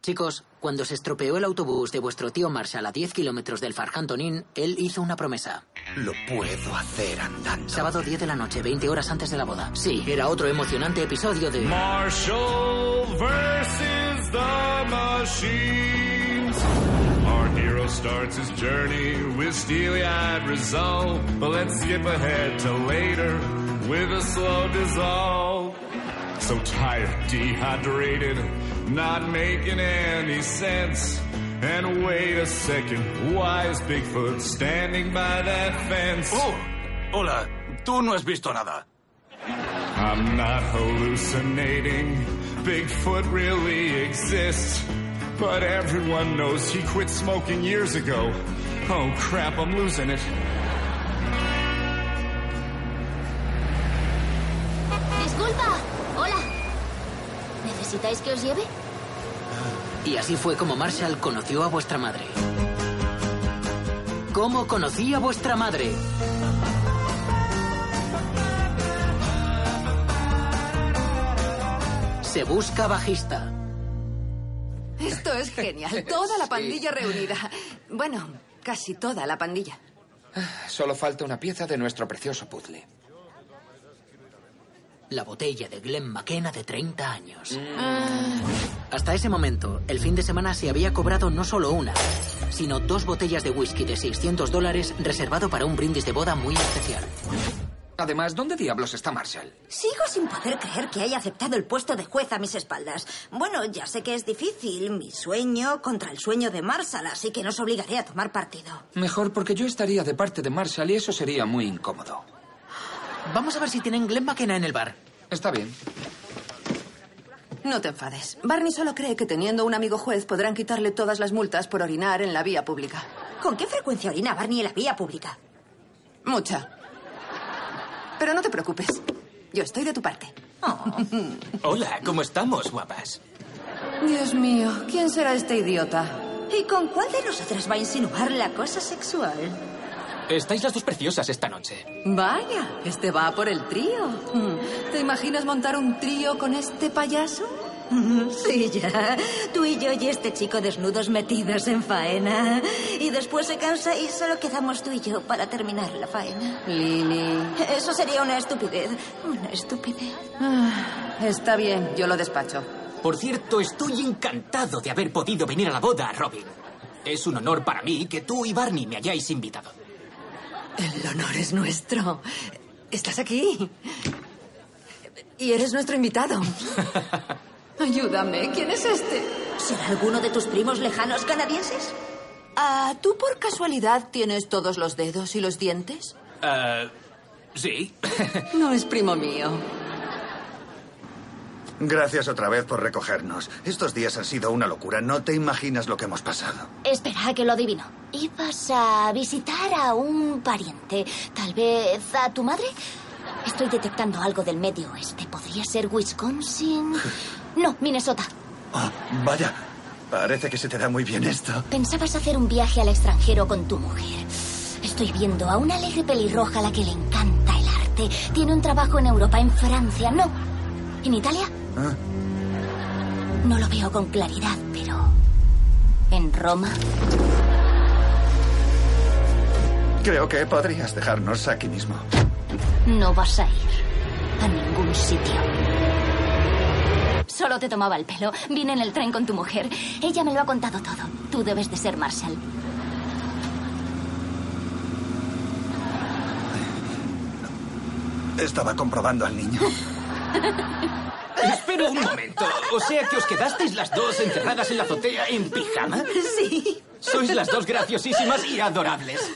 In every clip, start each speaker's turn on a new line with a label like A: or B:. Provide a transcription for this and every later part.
A: Chicos, cuando se estropeó el autobús de vuestro tío Marshall a 10 kilómetros del Farhampton Inn, él hizo una promesa.
B: Lo puedo hacer andando.
A: Sábado 10 de la noche, 20 horas antes de la boda. Sí, era otro emocionante episodio de...
C: Marshall versus the machines. Our hero starts his journey with steely-eyed resolve, but let's skip ahead to later with a slow dissolve. So tired, dehydrated, not making any sense. And wait a second, why is Bigfoot standing by that fence?
D: ¡Oh! Hola, tú no has visto nada.
C: I'm not hallucinating. Bigfoot really exists. But everyone knows he quit smoking years ago. Oh crap, I'm losing it.
E: Disculpa. Hola. ¿Necesitáis que os lleve?
A: Y así fue como Marshall conoció a vuestra madre. ¿Cómo conocí a vuestra madre? Se busca bajista.
F: Esto es genial. Toda la pandilla reunida. Bueno, casi toda la pandilla.
B: Solo falta una pieza de nuestro precioso puzzle.
A: La botella de Glenn McKenna de 30 años. Hasta ese momento, el fin de semana se había cobrado no solo una, sino dos botellas de whisky de 600 dólares reservado para un brindis de boda muy especial.
B: Además, ¿dónde diablos está Marshall?
G: Sigo sin poder creer que haya aceptado el puesto de juez a mis espaldas. Bueno, ya sé que es difícil, mi sueño contra el sueño de Marshall, así que no os obligaré a tomar partido.
B: Mejor porque yo estaría de parte de Marshall y eso sería muy incómodo.
A: Vamos a ver si tienen Glenn McKenna en el bar.
B: Está bien.
F: No te enfades. Barney solo cree que teniendo un amigo juez podrán quitarle todas las multas por orinar en la vía pública.
G: ¿Con qué frecuencia orina Barney en la vía pública?
F: Mucha. Pero no te preocupes. Yo estoy de tu parte.
H: Hola, ¿cómo estamos, guapas?
F: Dios mío, ¿quién será este idiota?
G: ¿Y con cuál de nosotras va a insinuar la cosa sexual?
H: Estáis las dos preciosas esta noche.
F: Vaya, este va por el trío. Mm. ¿Te imaginas montar un trío con este payaso?
G: Sí, ya. Tú y yo y este chico desnudos metidos en faena. Y después se cansa y solo quedamos tú y yo para terminar la faena.
F: Lili.
G: Eso sería una estupidez. Una estupidez.
F: Ah, Está bien, yo lo despacho.
H: Por cierto, estoy encantado de haber podido venir a la boda, Robin. Es un honor para mí que tú y Barney me hayáis invitado.
F: El honor es nuestro. Estás aquí. Y eres nuestro invitado. Ayúdame, ¿quién es este?
G: ¿Será alguno de tus primos lejanos canadienses?
F: Ah, ¿Tú por casualidad tienes todos los dedos y los dientes?
H: Eh, sí.
F: No es primo mío.
I: Gracias otra vez por recogernos. Estos días han sido una locura. No te imaginas lo que hemos pasado.
E: Espera, que lo adivino. ¿Ibas a visitar a un pariente? ¿Tal vez a tu madre? Estoy detectando algo del medio oeste. ¿Podría ser Wisconsin? No, Minnesota.
I: Ah, vaya, parece que se te da muy bien esto.
E: Pensabas hacer un viaje al extranjero con tu mujer. Estoy viendo a una alegre pelirroja a la que le encanta el arte. Tiene un trabajo en Europa, en Francia, no. ¿En Italia?
I: Ah.
E: No lo veo con claridad, pero... ¿En Roma?
I: Creo que podrías dejarnos aquí mismo.
E: No vas a ir a ningún sitio. Solo te tomaba el pelo. Vine en el tren con tu mujer. Ella me lo ha contado todo. Tú debes de ser Marshall.
I: Estaba comprobando al niño.
H: Espera un momento. O sea que os quedasteis las dos encerradas en la azotea en pijama.
G: Sí.
H: Sois las dos graciosísimas y adorables.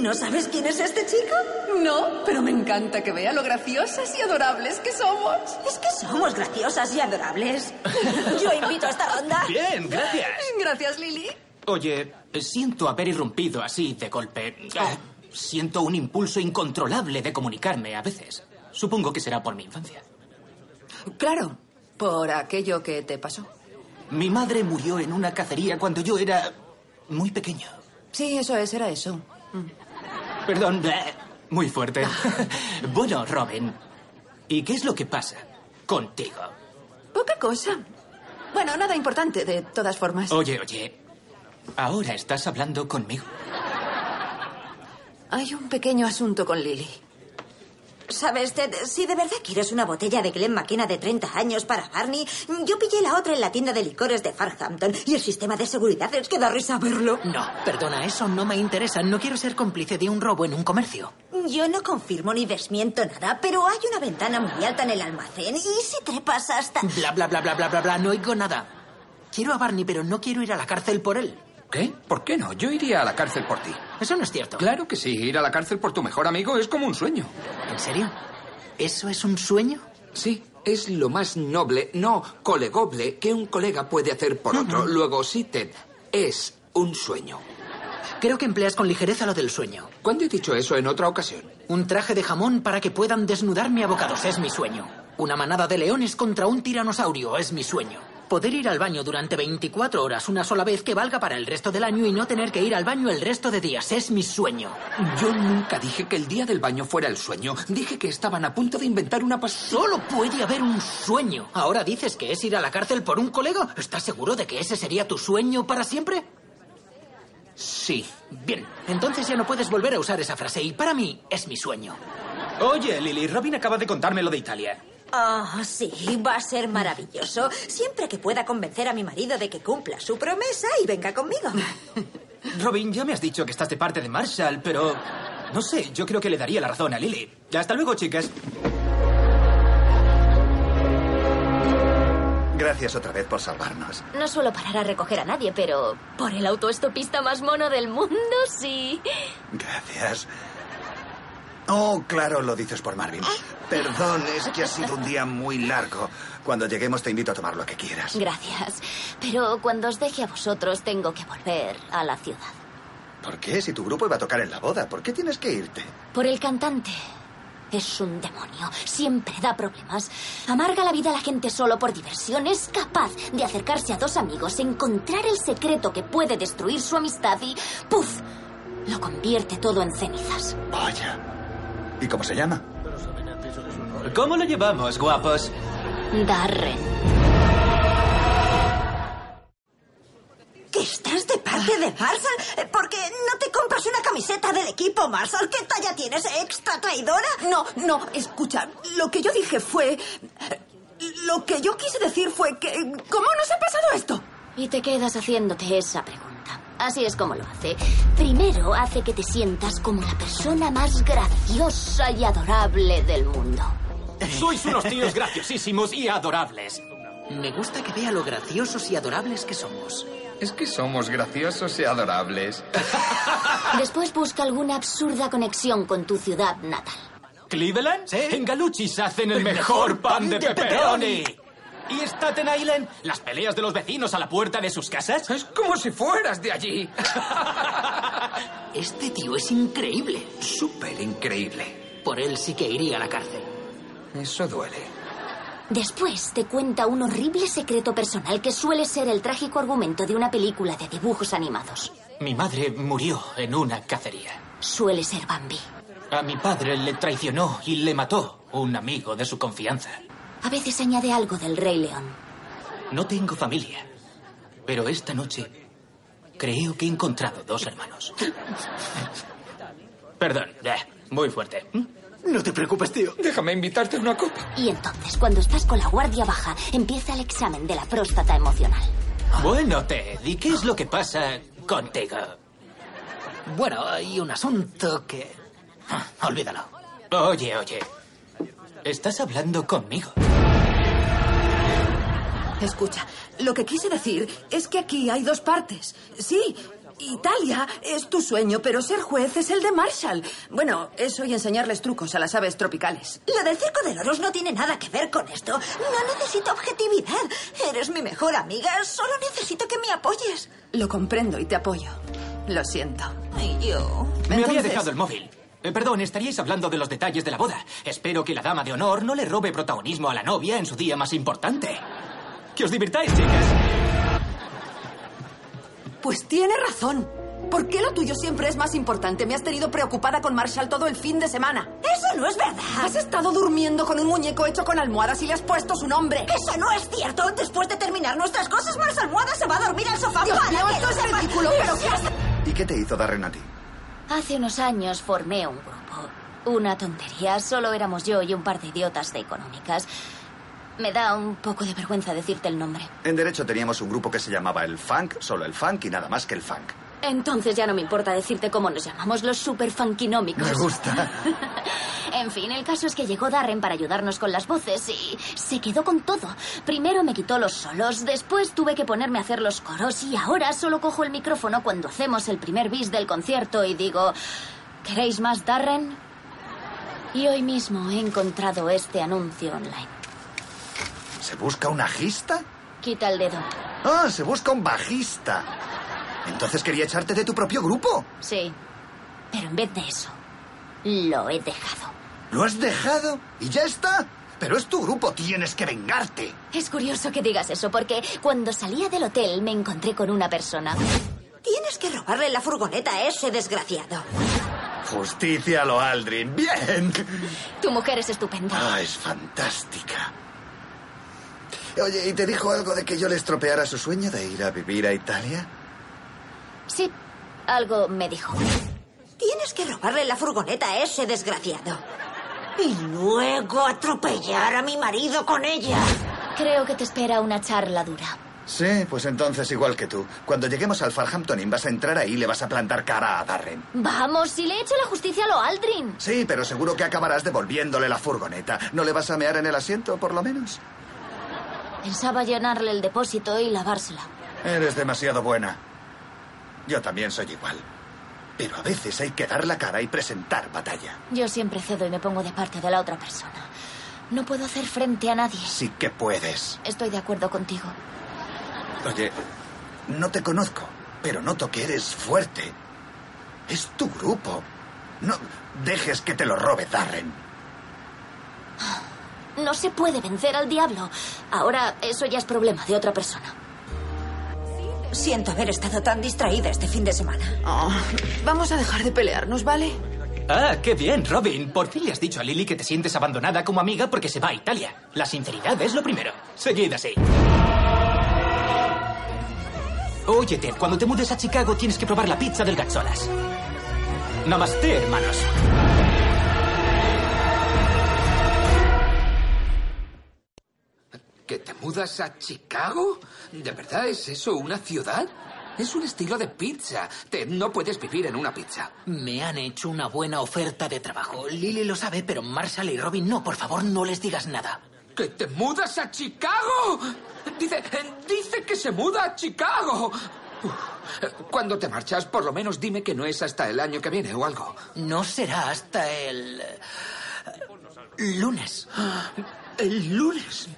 G: ¿No sabes quién es este chico?
F: No, pero me encanta que vea lo graciosas y adorables que somos.
G: Es que somos graciosas y adorables. Yo invito a esta ronda.
H: Bien, gracias.
F: Gracias, Lili.
H: Oye, siento haber irrumpido así de golpe.
G: Oh.
H: Ah, Siento un impulso incontrolable de comunicarme a veces. Supongo que será por mi infancia.
F: Claro, por aquello que te pasó.
H: Mi madre murió en una cacería cuando yo era muy pequeño.
F: Sí, eso es, era eso.
H: Perdón, bleh, muy fuerte. bueno, Robin, ¿y qué es lo que pasa contigo?
F: Poca cosa. Bueno, nada importante, de todas formas.
H: Oye, oye. ¿Ahora estás hablando conmigo?
F: Hay un pequeño asunto con Lily.
G: ¿Sabes, Ted? Si de verdad quieres una botella de Glen McKenna de 30 años para Barney, yo pillé la otra en la tienda de licores de Farhampton y el sistema de seguridad es que da risa verlo.
A: No, perdona, eso no me interesa. No quiero ser cómplice de un robo en un comercio.
G: Yo no confirmo ni desmiento nada, pero hay una ventana muy alta en el almacén y si trepas hasta...
A: Bla, bla, bla, bla, bla, bla, bla. No oigo nada. Quiero a Barney, pero no quiero ir a la cárcel por él.
B: ¿Qué? ¿Por qué no? Yo iría a la cárcel por ti.
A: Eso no es cierto.
B: Claro que sí, ir a la cárcel por tu mejor amigo es como un sueño.
A: ¿En serio? ¿Eso es un sueño?
B: Sí, es lo más noble, no colegoble, que un colega puede hacer por otro. Luego, sí, Ted, es un sueño.
A: Creo que empleas con ligereza lo del sueño.
B: ¿Cuándo he dicho eso en otra ocasión?
A: Un traje de jamón para que puedan desnudarme a bocados es mi sueño. Una manada de leones contra un tiranosaurio es mi sueño. Poder ir al baño durante 24 horas una sola vez que valga para el resto del año y no tener que ir al baño el resto de días es mi sueño.
B: Yo nunca dije que el día del baño fuera el sueño. Dije que estaban a punto de inventar una pas...
A: Solo puede haber un sueño. Ahora dices que es ir a la cárcel por un colega. ¿Estás seguro de que ese sería tu sueño para siempre?
B: Sí.
A: Bien, entonces ya no puedes volver a usar esa frase y para mí es mi sueño.
H: Oye, Lily, Robin acaba de contarme lo de Italia.
G: Oh, sí, va a ser maravilloso. Siempre que pueda convencer a mi marido de que cumpla su promesa y venga conmigo.
H: Robin, ya me has dicho que estás de parte de Marshall, pero... No sé, yo creo que le daría la razón a Lily. Hasta luego, chicas.
I: Gracias otra vez por salvarnos.
E: No suelo parar a recoger a nadie, pero por el autoestopista más mono del mundo, sí.
I: Gracias. Oh, claro, lo dices por Marvin. Perdón, es que ha sido un día muy largo. Cuando lleguemos te invito a tomar lo que quieras.
E: Gracias. Pero cuando os deje a vosotros tengo que volver a la ciudad.
I: ¿Por qué? Si tu grupo iba a tocar en la boda, ¿por qué tienes que irte?
E: Por el cantante. Es un demonio. Siempre da problemas. Amarga la vida a la gente solo por diversión. Es capaz de acercarse a dos amigos, encontrar el secreto que puede destruir su amistad y ¡puf! Lo convierte todo en cenizas.
I: Vaya. ¿Y cómo se llama?
H: ¿Cómo lo llevamos, guapos?
E: Darren.
G: ¿Que estás de parte de Marshall? ¿Por qué no te compras una camiseta del equipo Marshall? ¿Qué talla tienes, extra traidora?
F: No, no, escucha, lo que yo dije fue... Lo que yo quise decir fue que... ¿Cómo nos ha pasado esto?
E: Y te quedas haciéndote esa pregunta. Así es como lo hace. Primero hace que te sientas como la persona más graciosa y adorable del mundo.
H: Sois unos tíos graciosísimos y adorables.
A: Me gusta que vea lo graciosos y adorables que somos.
B: Es que somos graciosos y adorables.
E: Después busca alguna absurda conexión con tu ciudad natal.
H: ¿Cleveland? En Galuchis hacen el, mejor pan de, pepperoni. ¿Y Staten Island? ¿Las peleas de los vecinos a la puerta de sus casas?
B: Es como si fueras de allí.
A: Este tío es increíble.
B: Súper increíble.
A: Por él sí que iría a la cárcel.
B: Eso duele.
E: Después te cuenta un horrible secreto personal que suele ser el trágico argumento de una película de dibujos animados.
H: Mi madre murió en una cacería.
E: Suele ser Bambi.
H: A mi padre le traicionó y le mató un amigo de su confianza.
E: A veces añade algo del Rey León.
H: No tengo familia, pero esta noche creo que he encontrado dos hermanos. Perdón, eh, muy fuerte.
A: No te preocupes, tío.
B: Déjame invitarte a una copa.
E: Y entonces, cuando estás con la guardia baja, empieza el examen de la próstata emocional.
H: Bueno, Ted, ¿y qué es lo que pasa contigo?
A: Bueno, hay un asunto que... Ah, Olvídalo.
H: Oye, oye. Estás hablando conmigo.
F: Escucha, lo que quise decir es que aquí hay dos partes. Sí, Italia es tu sueño, pero ser juez es el de Marshall. Bueno, eso y enseñarles trucos a las aves tropicales.
G: Lo del circo de loros no tiene nada que ver con esto. No necesito objetividad. Eres mi mejor amiga. Solo necesito que me apoyes.
F: Lo comprendo y te apoyo. Lo siento.
G: Y yo.
H: Me había
F: Entonces-
H: dejado el móvil. Eh, perdón, estaríais hablando de los detalles de la boda. Espero que la dama de honor no le robe protagonismo a la novia en su día más importante. Que os divirtáis, chicas.
F: Pues tiene razón. ¿Por qué lo tuyo siempre es más importante? Me has tenido preocupada con Marshall todo el fin de semana.
G: ¡Eso no es verdad!
F: Has estado durmiendo con un muñeco hecho con almohadas y le has puesto su nombre.
G: ¡Eso no es cierto! Después de terminar nuestras cosas, Marshall Almohada se va a dormir al sofá
F: Dios
G: para
F: mío,
G: que
F: esto
G: lo
F: es
G: sepas.
F: ridículo, pero ¿qué haces?
I: ¿Y qué te hizo Darren a ti?
E: Hace unos años formé un grupo. Una tontería, solo éramos yo y un par de idiotas de económicas. Me da un poco de vergüenza decirte el nombre.
I: En derecho teníamos un grupo que se llamaba el funk, solo el funk y nada más que el funk.
E: Entonces ya no me importa decirte cómo nos llamamos los superfunkinómicos.
I: Me gusta.
E: En fin, el caso es que llegó Darren para ayudarnos con las voces y se quedó con todo. Primero me quitó los solos, después tuve que ponerme a hacer los coros y ahora solo cojo el micrófono cuando hacemos el primer bis del concierto y digo, ¿queréis más Darren? Y hoy mismo he encontrado este anuncio online.
I: ¿Se busca un ajista?
E: Quita el dedo.
I: Ah, se busca un bajista. Entonces quería echarte de tu propio grupo.
E: Sí. Pero en vez de eso, lo he dejado.
I: ¿Lo has dejado? ¿Y ya está? Pero es tu grupo, tienes que vengarte.
E: Es curioso que digas eso porque cuando salía del hotel me encontré con una persona.
G: Tienes que robarle la furgoneta a ese desgraciado.
I: Justicia a lo Aldrin. Bien.
E: Tu mujer es estupenda.
I: Ah, es fantástica. Oye, ¿y te dijo algo de que yo le estropeara su sueño de ir a vivir a Italia?
E: Sí, algo me dijo.
G: Tienes que robarle la furgoneta a ese desgraciado. Y luego atropellar a mi marido con ella.
E: Creo que te espera una charla dura.
I: Sí, pues entonces igual que tú. Cuando lleguemos al Farhampton vas a entrar ahí y le vas a plantar cara a Darren.
E: Vamos, si le he hecho la justicia a lo Aldrin.
I: Sí, pero seguro que acabarás devolviéndole la furgoneta. ¿No le vas a mear en el asiento, por lo menos?
E: Pensaba llenarle el depósito y lavársela.
I: Eres demasiado buena. Yo también soy igual. Pero a veces hay que dar la cara y presentar batalla.
E: Yo siempre cedo y me pongo de parte de la otra persona. No puedo hacer frente a nadie.
I: Sí que puedes.
E: Estoy de acuerdo contigo.
I: Oye, no te conozco, pero noto que eres fuerte. Es tu grupo. No dejes que te lo robe Darren.
E: No se puede vencer al diablo. Ahora eso ya es problema de otra persona.
G: Siento haber estado tan distraída este fin de semana.
F: Oh, vamos a dejar de pelearnos, ¿vale?
H: Ah, qué bien, Robin. Por fin le has dicho a Lily que te sientes abandonada como amiga porque se va a Italia. La sinceridad es lo primero. Seguid así. Oye, Ted, cuando te mudes a Chicago tienes que probar la pizza del Gazzolas. Namaste, hermanos.
B: ¿Que te mudas a Chicago? ¿De verdad es eso una ciudad? Es un estilo de pizza. Te, no puedes vivir en una pizza.
A: Me han hecho una buena oferta de trabajo. Lily lo sabe, pero Marshall y Robin no. Por favor, no les digas nada.
B: ¿Que te mudas a Chicago? Dice, dice que se muda a Chicago. Uf. Cuando te marchas, por lo menos dime que no es hasta el año que viene o algo.
A: No será hasta el... eh, lunes.
B: El lunes.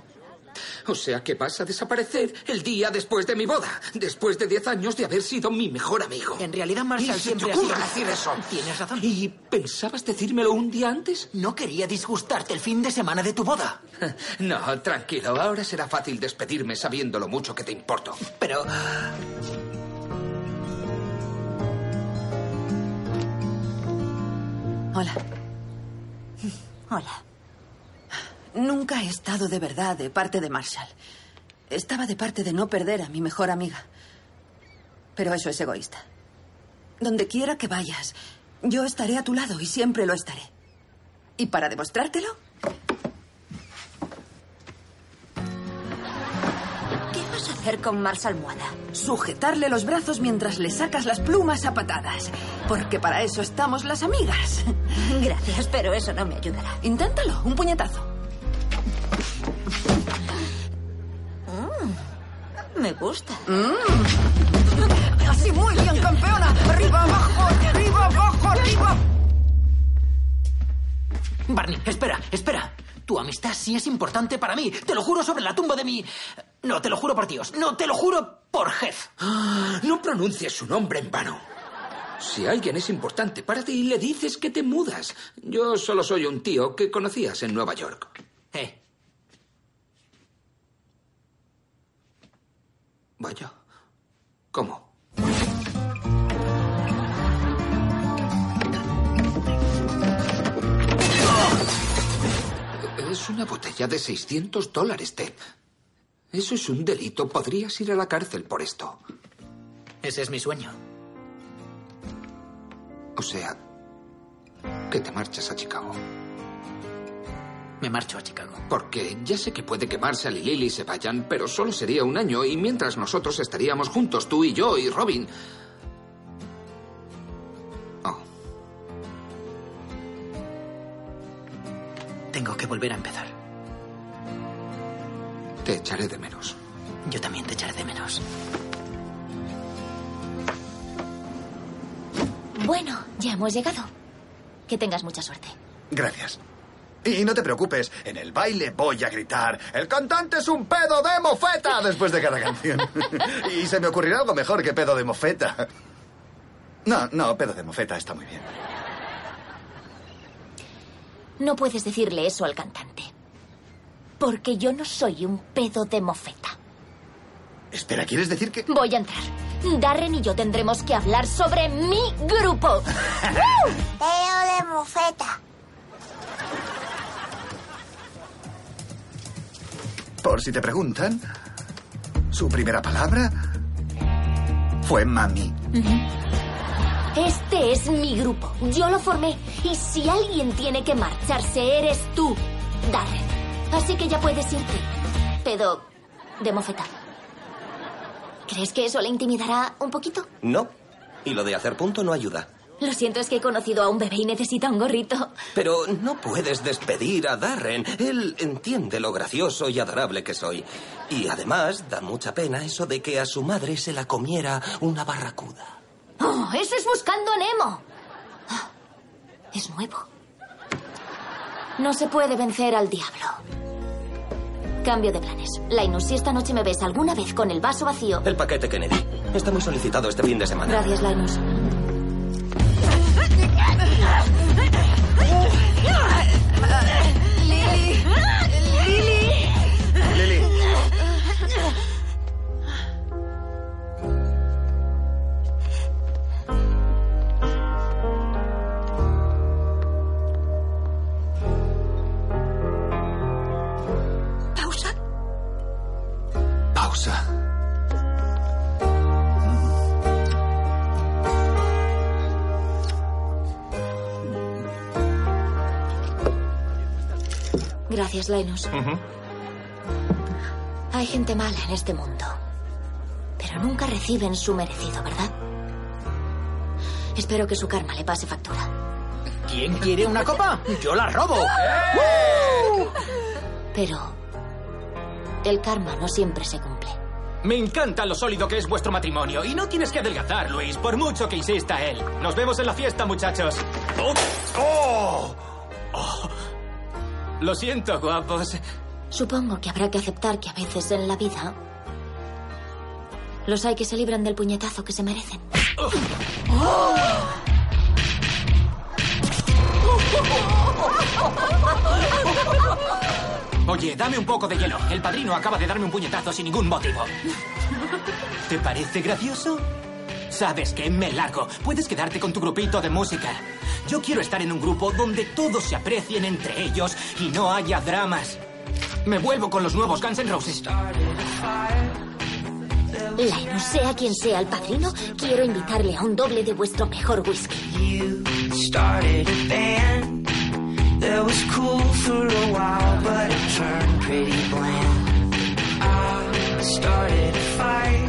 B: O sea que vas a desaparecer el día después de mi boda, después de 10 años de haber sido mi mejor amigo.
A: En realidad, Marshall
B: Ni se te
A: siempre ha
B: ocurra
A: sido-
B: decir eso.
A: Tienes razón.
B: ¿Y pensabas decírmelo un día antes?
A: No quería disgustarte el fin de semana de tu boda.
B: No, tranquilo, ahora será fácil despedirme sabiendo lo mucho que te importo.
A: Pero...
F: Hola.
G: Hola.
F: Nunca he estado de verdad de parte de Marshall. Estaba de parte de no perder a mi mejor amiga. Pero eso es egoísta. Donde quiera que vayas, yo estaré a tu lado y siempre lo estaré. Y para demostrártelo,
G: ¿Qué vas a hacer con Mars Almohada?
F: sujetarle los brazos mientras le sacas las plumas a patadas. Porque para eso estamos las amigas.
G: Gracias, pero eso no me ayudará.
F: Inténtalo, un puñetazo.
G: Me gusta.
F: Mm, Así muy bien, campeona. Arriba, abajo, arriba, abajo, arriba.
A: Barney, espera, espera. Tu amistad sí es importante para mí. Te lo juro sobre la tumba de mi... No, te lo juro por Dios. No, te lo juro por Jeff.
B: No pronuncies su nombre en vano. Si alguien es importante para ti, le dices que te mudas. Yo solo soy un tío que conocías en Nueva York.
A: Eh,
B: Vaya. ¿Cómo? Es una botella de 600 dólares, Ted. Eso es un delito. Podrías ir a la cárcel por esto.
A: Ese es mi sueño.
B: O sea, que te marchas a Chicago.
A: Me marcho a Chicago.
B: Porque ya sé que puede que Marshall y Lily se vayan, pero solo sería un año y mientras nosotros estaríamos juntos, tú y yo y Robin. Oh,
A: Tengo que volver a empezar.
B: Te echaré de menos.
A: Yo también te echaré de menos.
E: Bueno, ya hemos llegado. Que tengas mucha suerte.
I: Gracias. Y no te preocupes, en el baile voy a gritar, el cantante es un pedo de mofeta después de cada canción. y se me ocurrirá algo mejor que pedo de mofeta. No, no, pedo de mofeta está muy bien.
E: No puedes decirle eso al cantante. Porque yo no soy un pedo de mofeta.
I: Espera, ¿quieres decir que...
E: Voy a entrar. Darren y yo tendremos que hablar sobre mi grupo.
J: Pedo de mofeta.
I: Por si te preguntan, su primera palabra fue mami.
E: Este es mi grupo. Yo lo formé. Y si alguien tiene que marcharse, eres tú, Darren. Así que ya puedes irte. Pedo de mofeta. ¿Crees que eso le intimidará un poquito?
K: No. Y lo de hacer punto no ayuda.
E: Lo siento, es que he conocido a un bebé y necesita un gorrito.
K: Pero no puedes despedir a Darren. Él entiende lo gracioso y adorable que soy. Y además da mucha pena eso de que a su madre se la comiera una barracuda.
E: ¡Oh, eso es buscando a Nemo! Ah, Es nuevo. No se puede vencer al diablo. Cambio de planes. Linus, si esta noche me ves alguna vez con el vaso vacío.
K: El paquete Kennedy. Está muy solicitado este fin de semana.
E: Gracias, Linus.
F: Lili. Lili.
I: Lily,
G: ¿Pausa?
B: Pausa.
E: Gracias, Linus. Hay gente mala en este mundo. Pero nunca reciben su merecido, ¿verdad? Espero que su karma le pase factura.
A: ¿Quién quiere una copa? Yo la robo.
E: Pero el karma no siempre se cumple.
H: Me encanta lo sólido que es vuestro matrimonio y no tienes que adelgazar, Luis, por mucho que insista él. Nos vemos en la fiesta, muchachos. ¡Oh! ¡Oh! ¡Oh! Lo siento, guapos.
E: Supongo que habrá que aceptar que a veces en la vida los hay que se libran del puñetazo que se merecen.
H: Oye, dame un poco de hielo. El padrino acaba de darme un puñetazo sin ningún motivo. ¿Te parece gracioso? ¿Sabes qué? Me largo. Puedes quedarte con tu grupito de música. Yo quiero estar en un grupo donde todos se aprecien entre ellos y no haya dramas. Me vuelvo con los nuevos Guns N' Roses.
E: Linus, sea quien sea el padrino, quiero invitarle a un doble de vuestro mejor whisky.
L: started a band that was cool for a while, but it turned pretty bland. I started a fight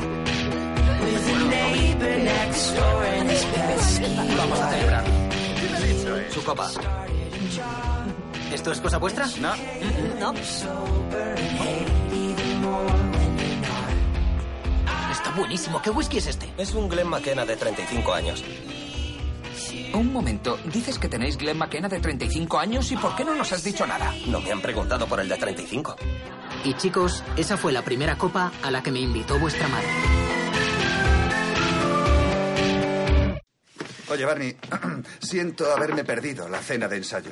L: with a neighbor next door and his pet
K: Vamos a celebrar. Su copa.
A: ¿Esto es cosa vuestra?
K: No.
A: No. Está buenísimo. ¿Qué whisky es este?
K: Es un Glenn McKenna de 35 años.
B: Un momento. Dices que tenéis Glenn McKenna de 35 años y ¿por qué no nos has dicho nada?
K: No me han preguntado por el de 35.
A: Y chicos, esa fue la primera copa a la que me invitó vuestra madre.
I: Oye, Barney, siento haberme perdido la cena de ensayo.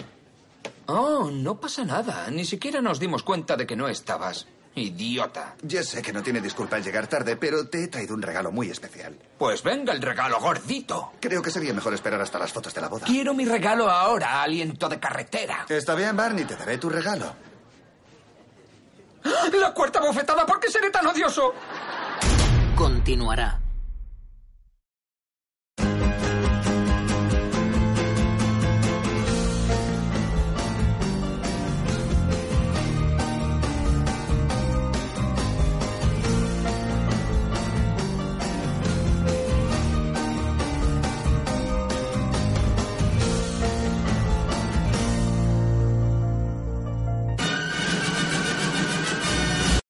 B: Oh, no pasa nada. Ni siquiera nos dimos cuenta de que no estabas. Idiota.
I: Ya sé que no tiene disculpa en llegar tarde, pero te he traído un regalo muy especial.
B: Pues venga el regalo gordito.
I: Creo que sería mejor esperar hasta las fotos de la boda.
B: Quiero mi regalo ahora, aliento de carretera.
I: Está bien, Barney, te daré tu regalo.
B: ¡Ah! ¡La cuarta bofetada! ¿Por qué seré tan odioso?
A: Continuará.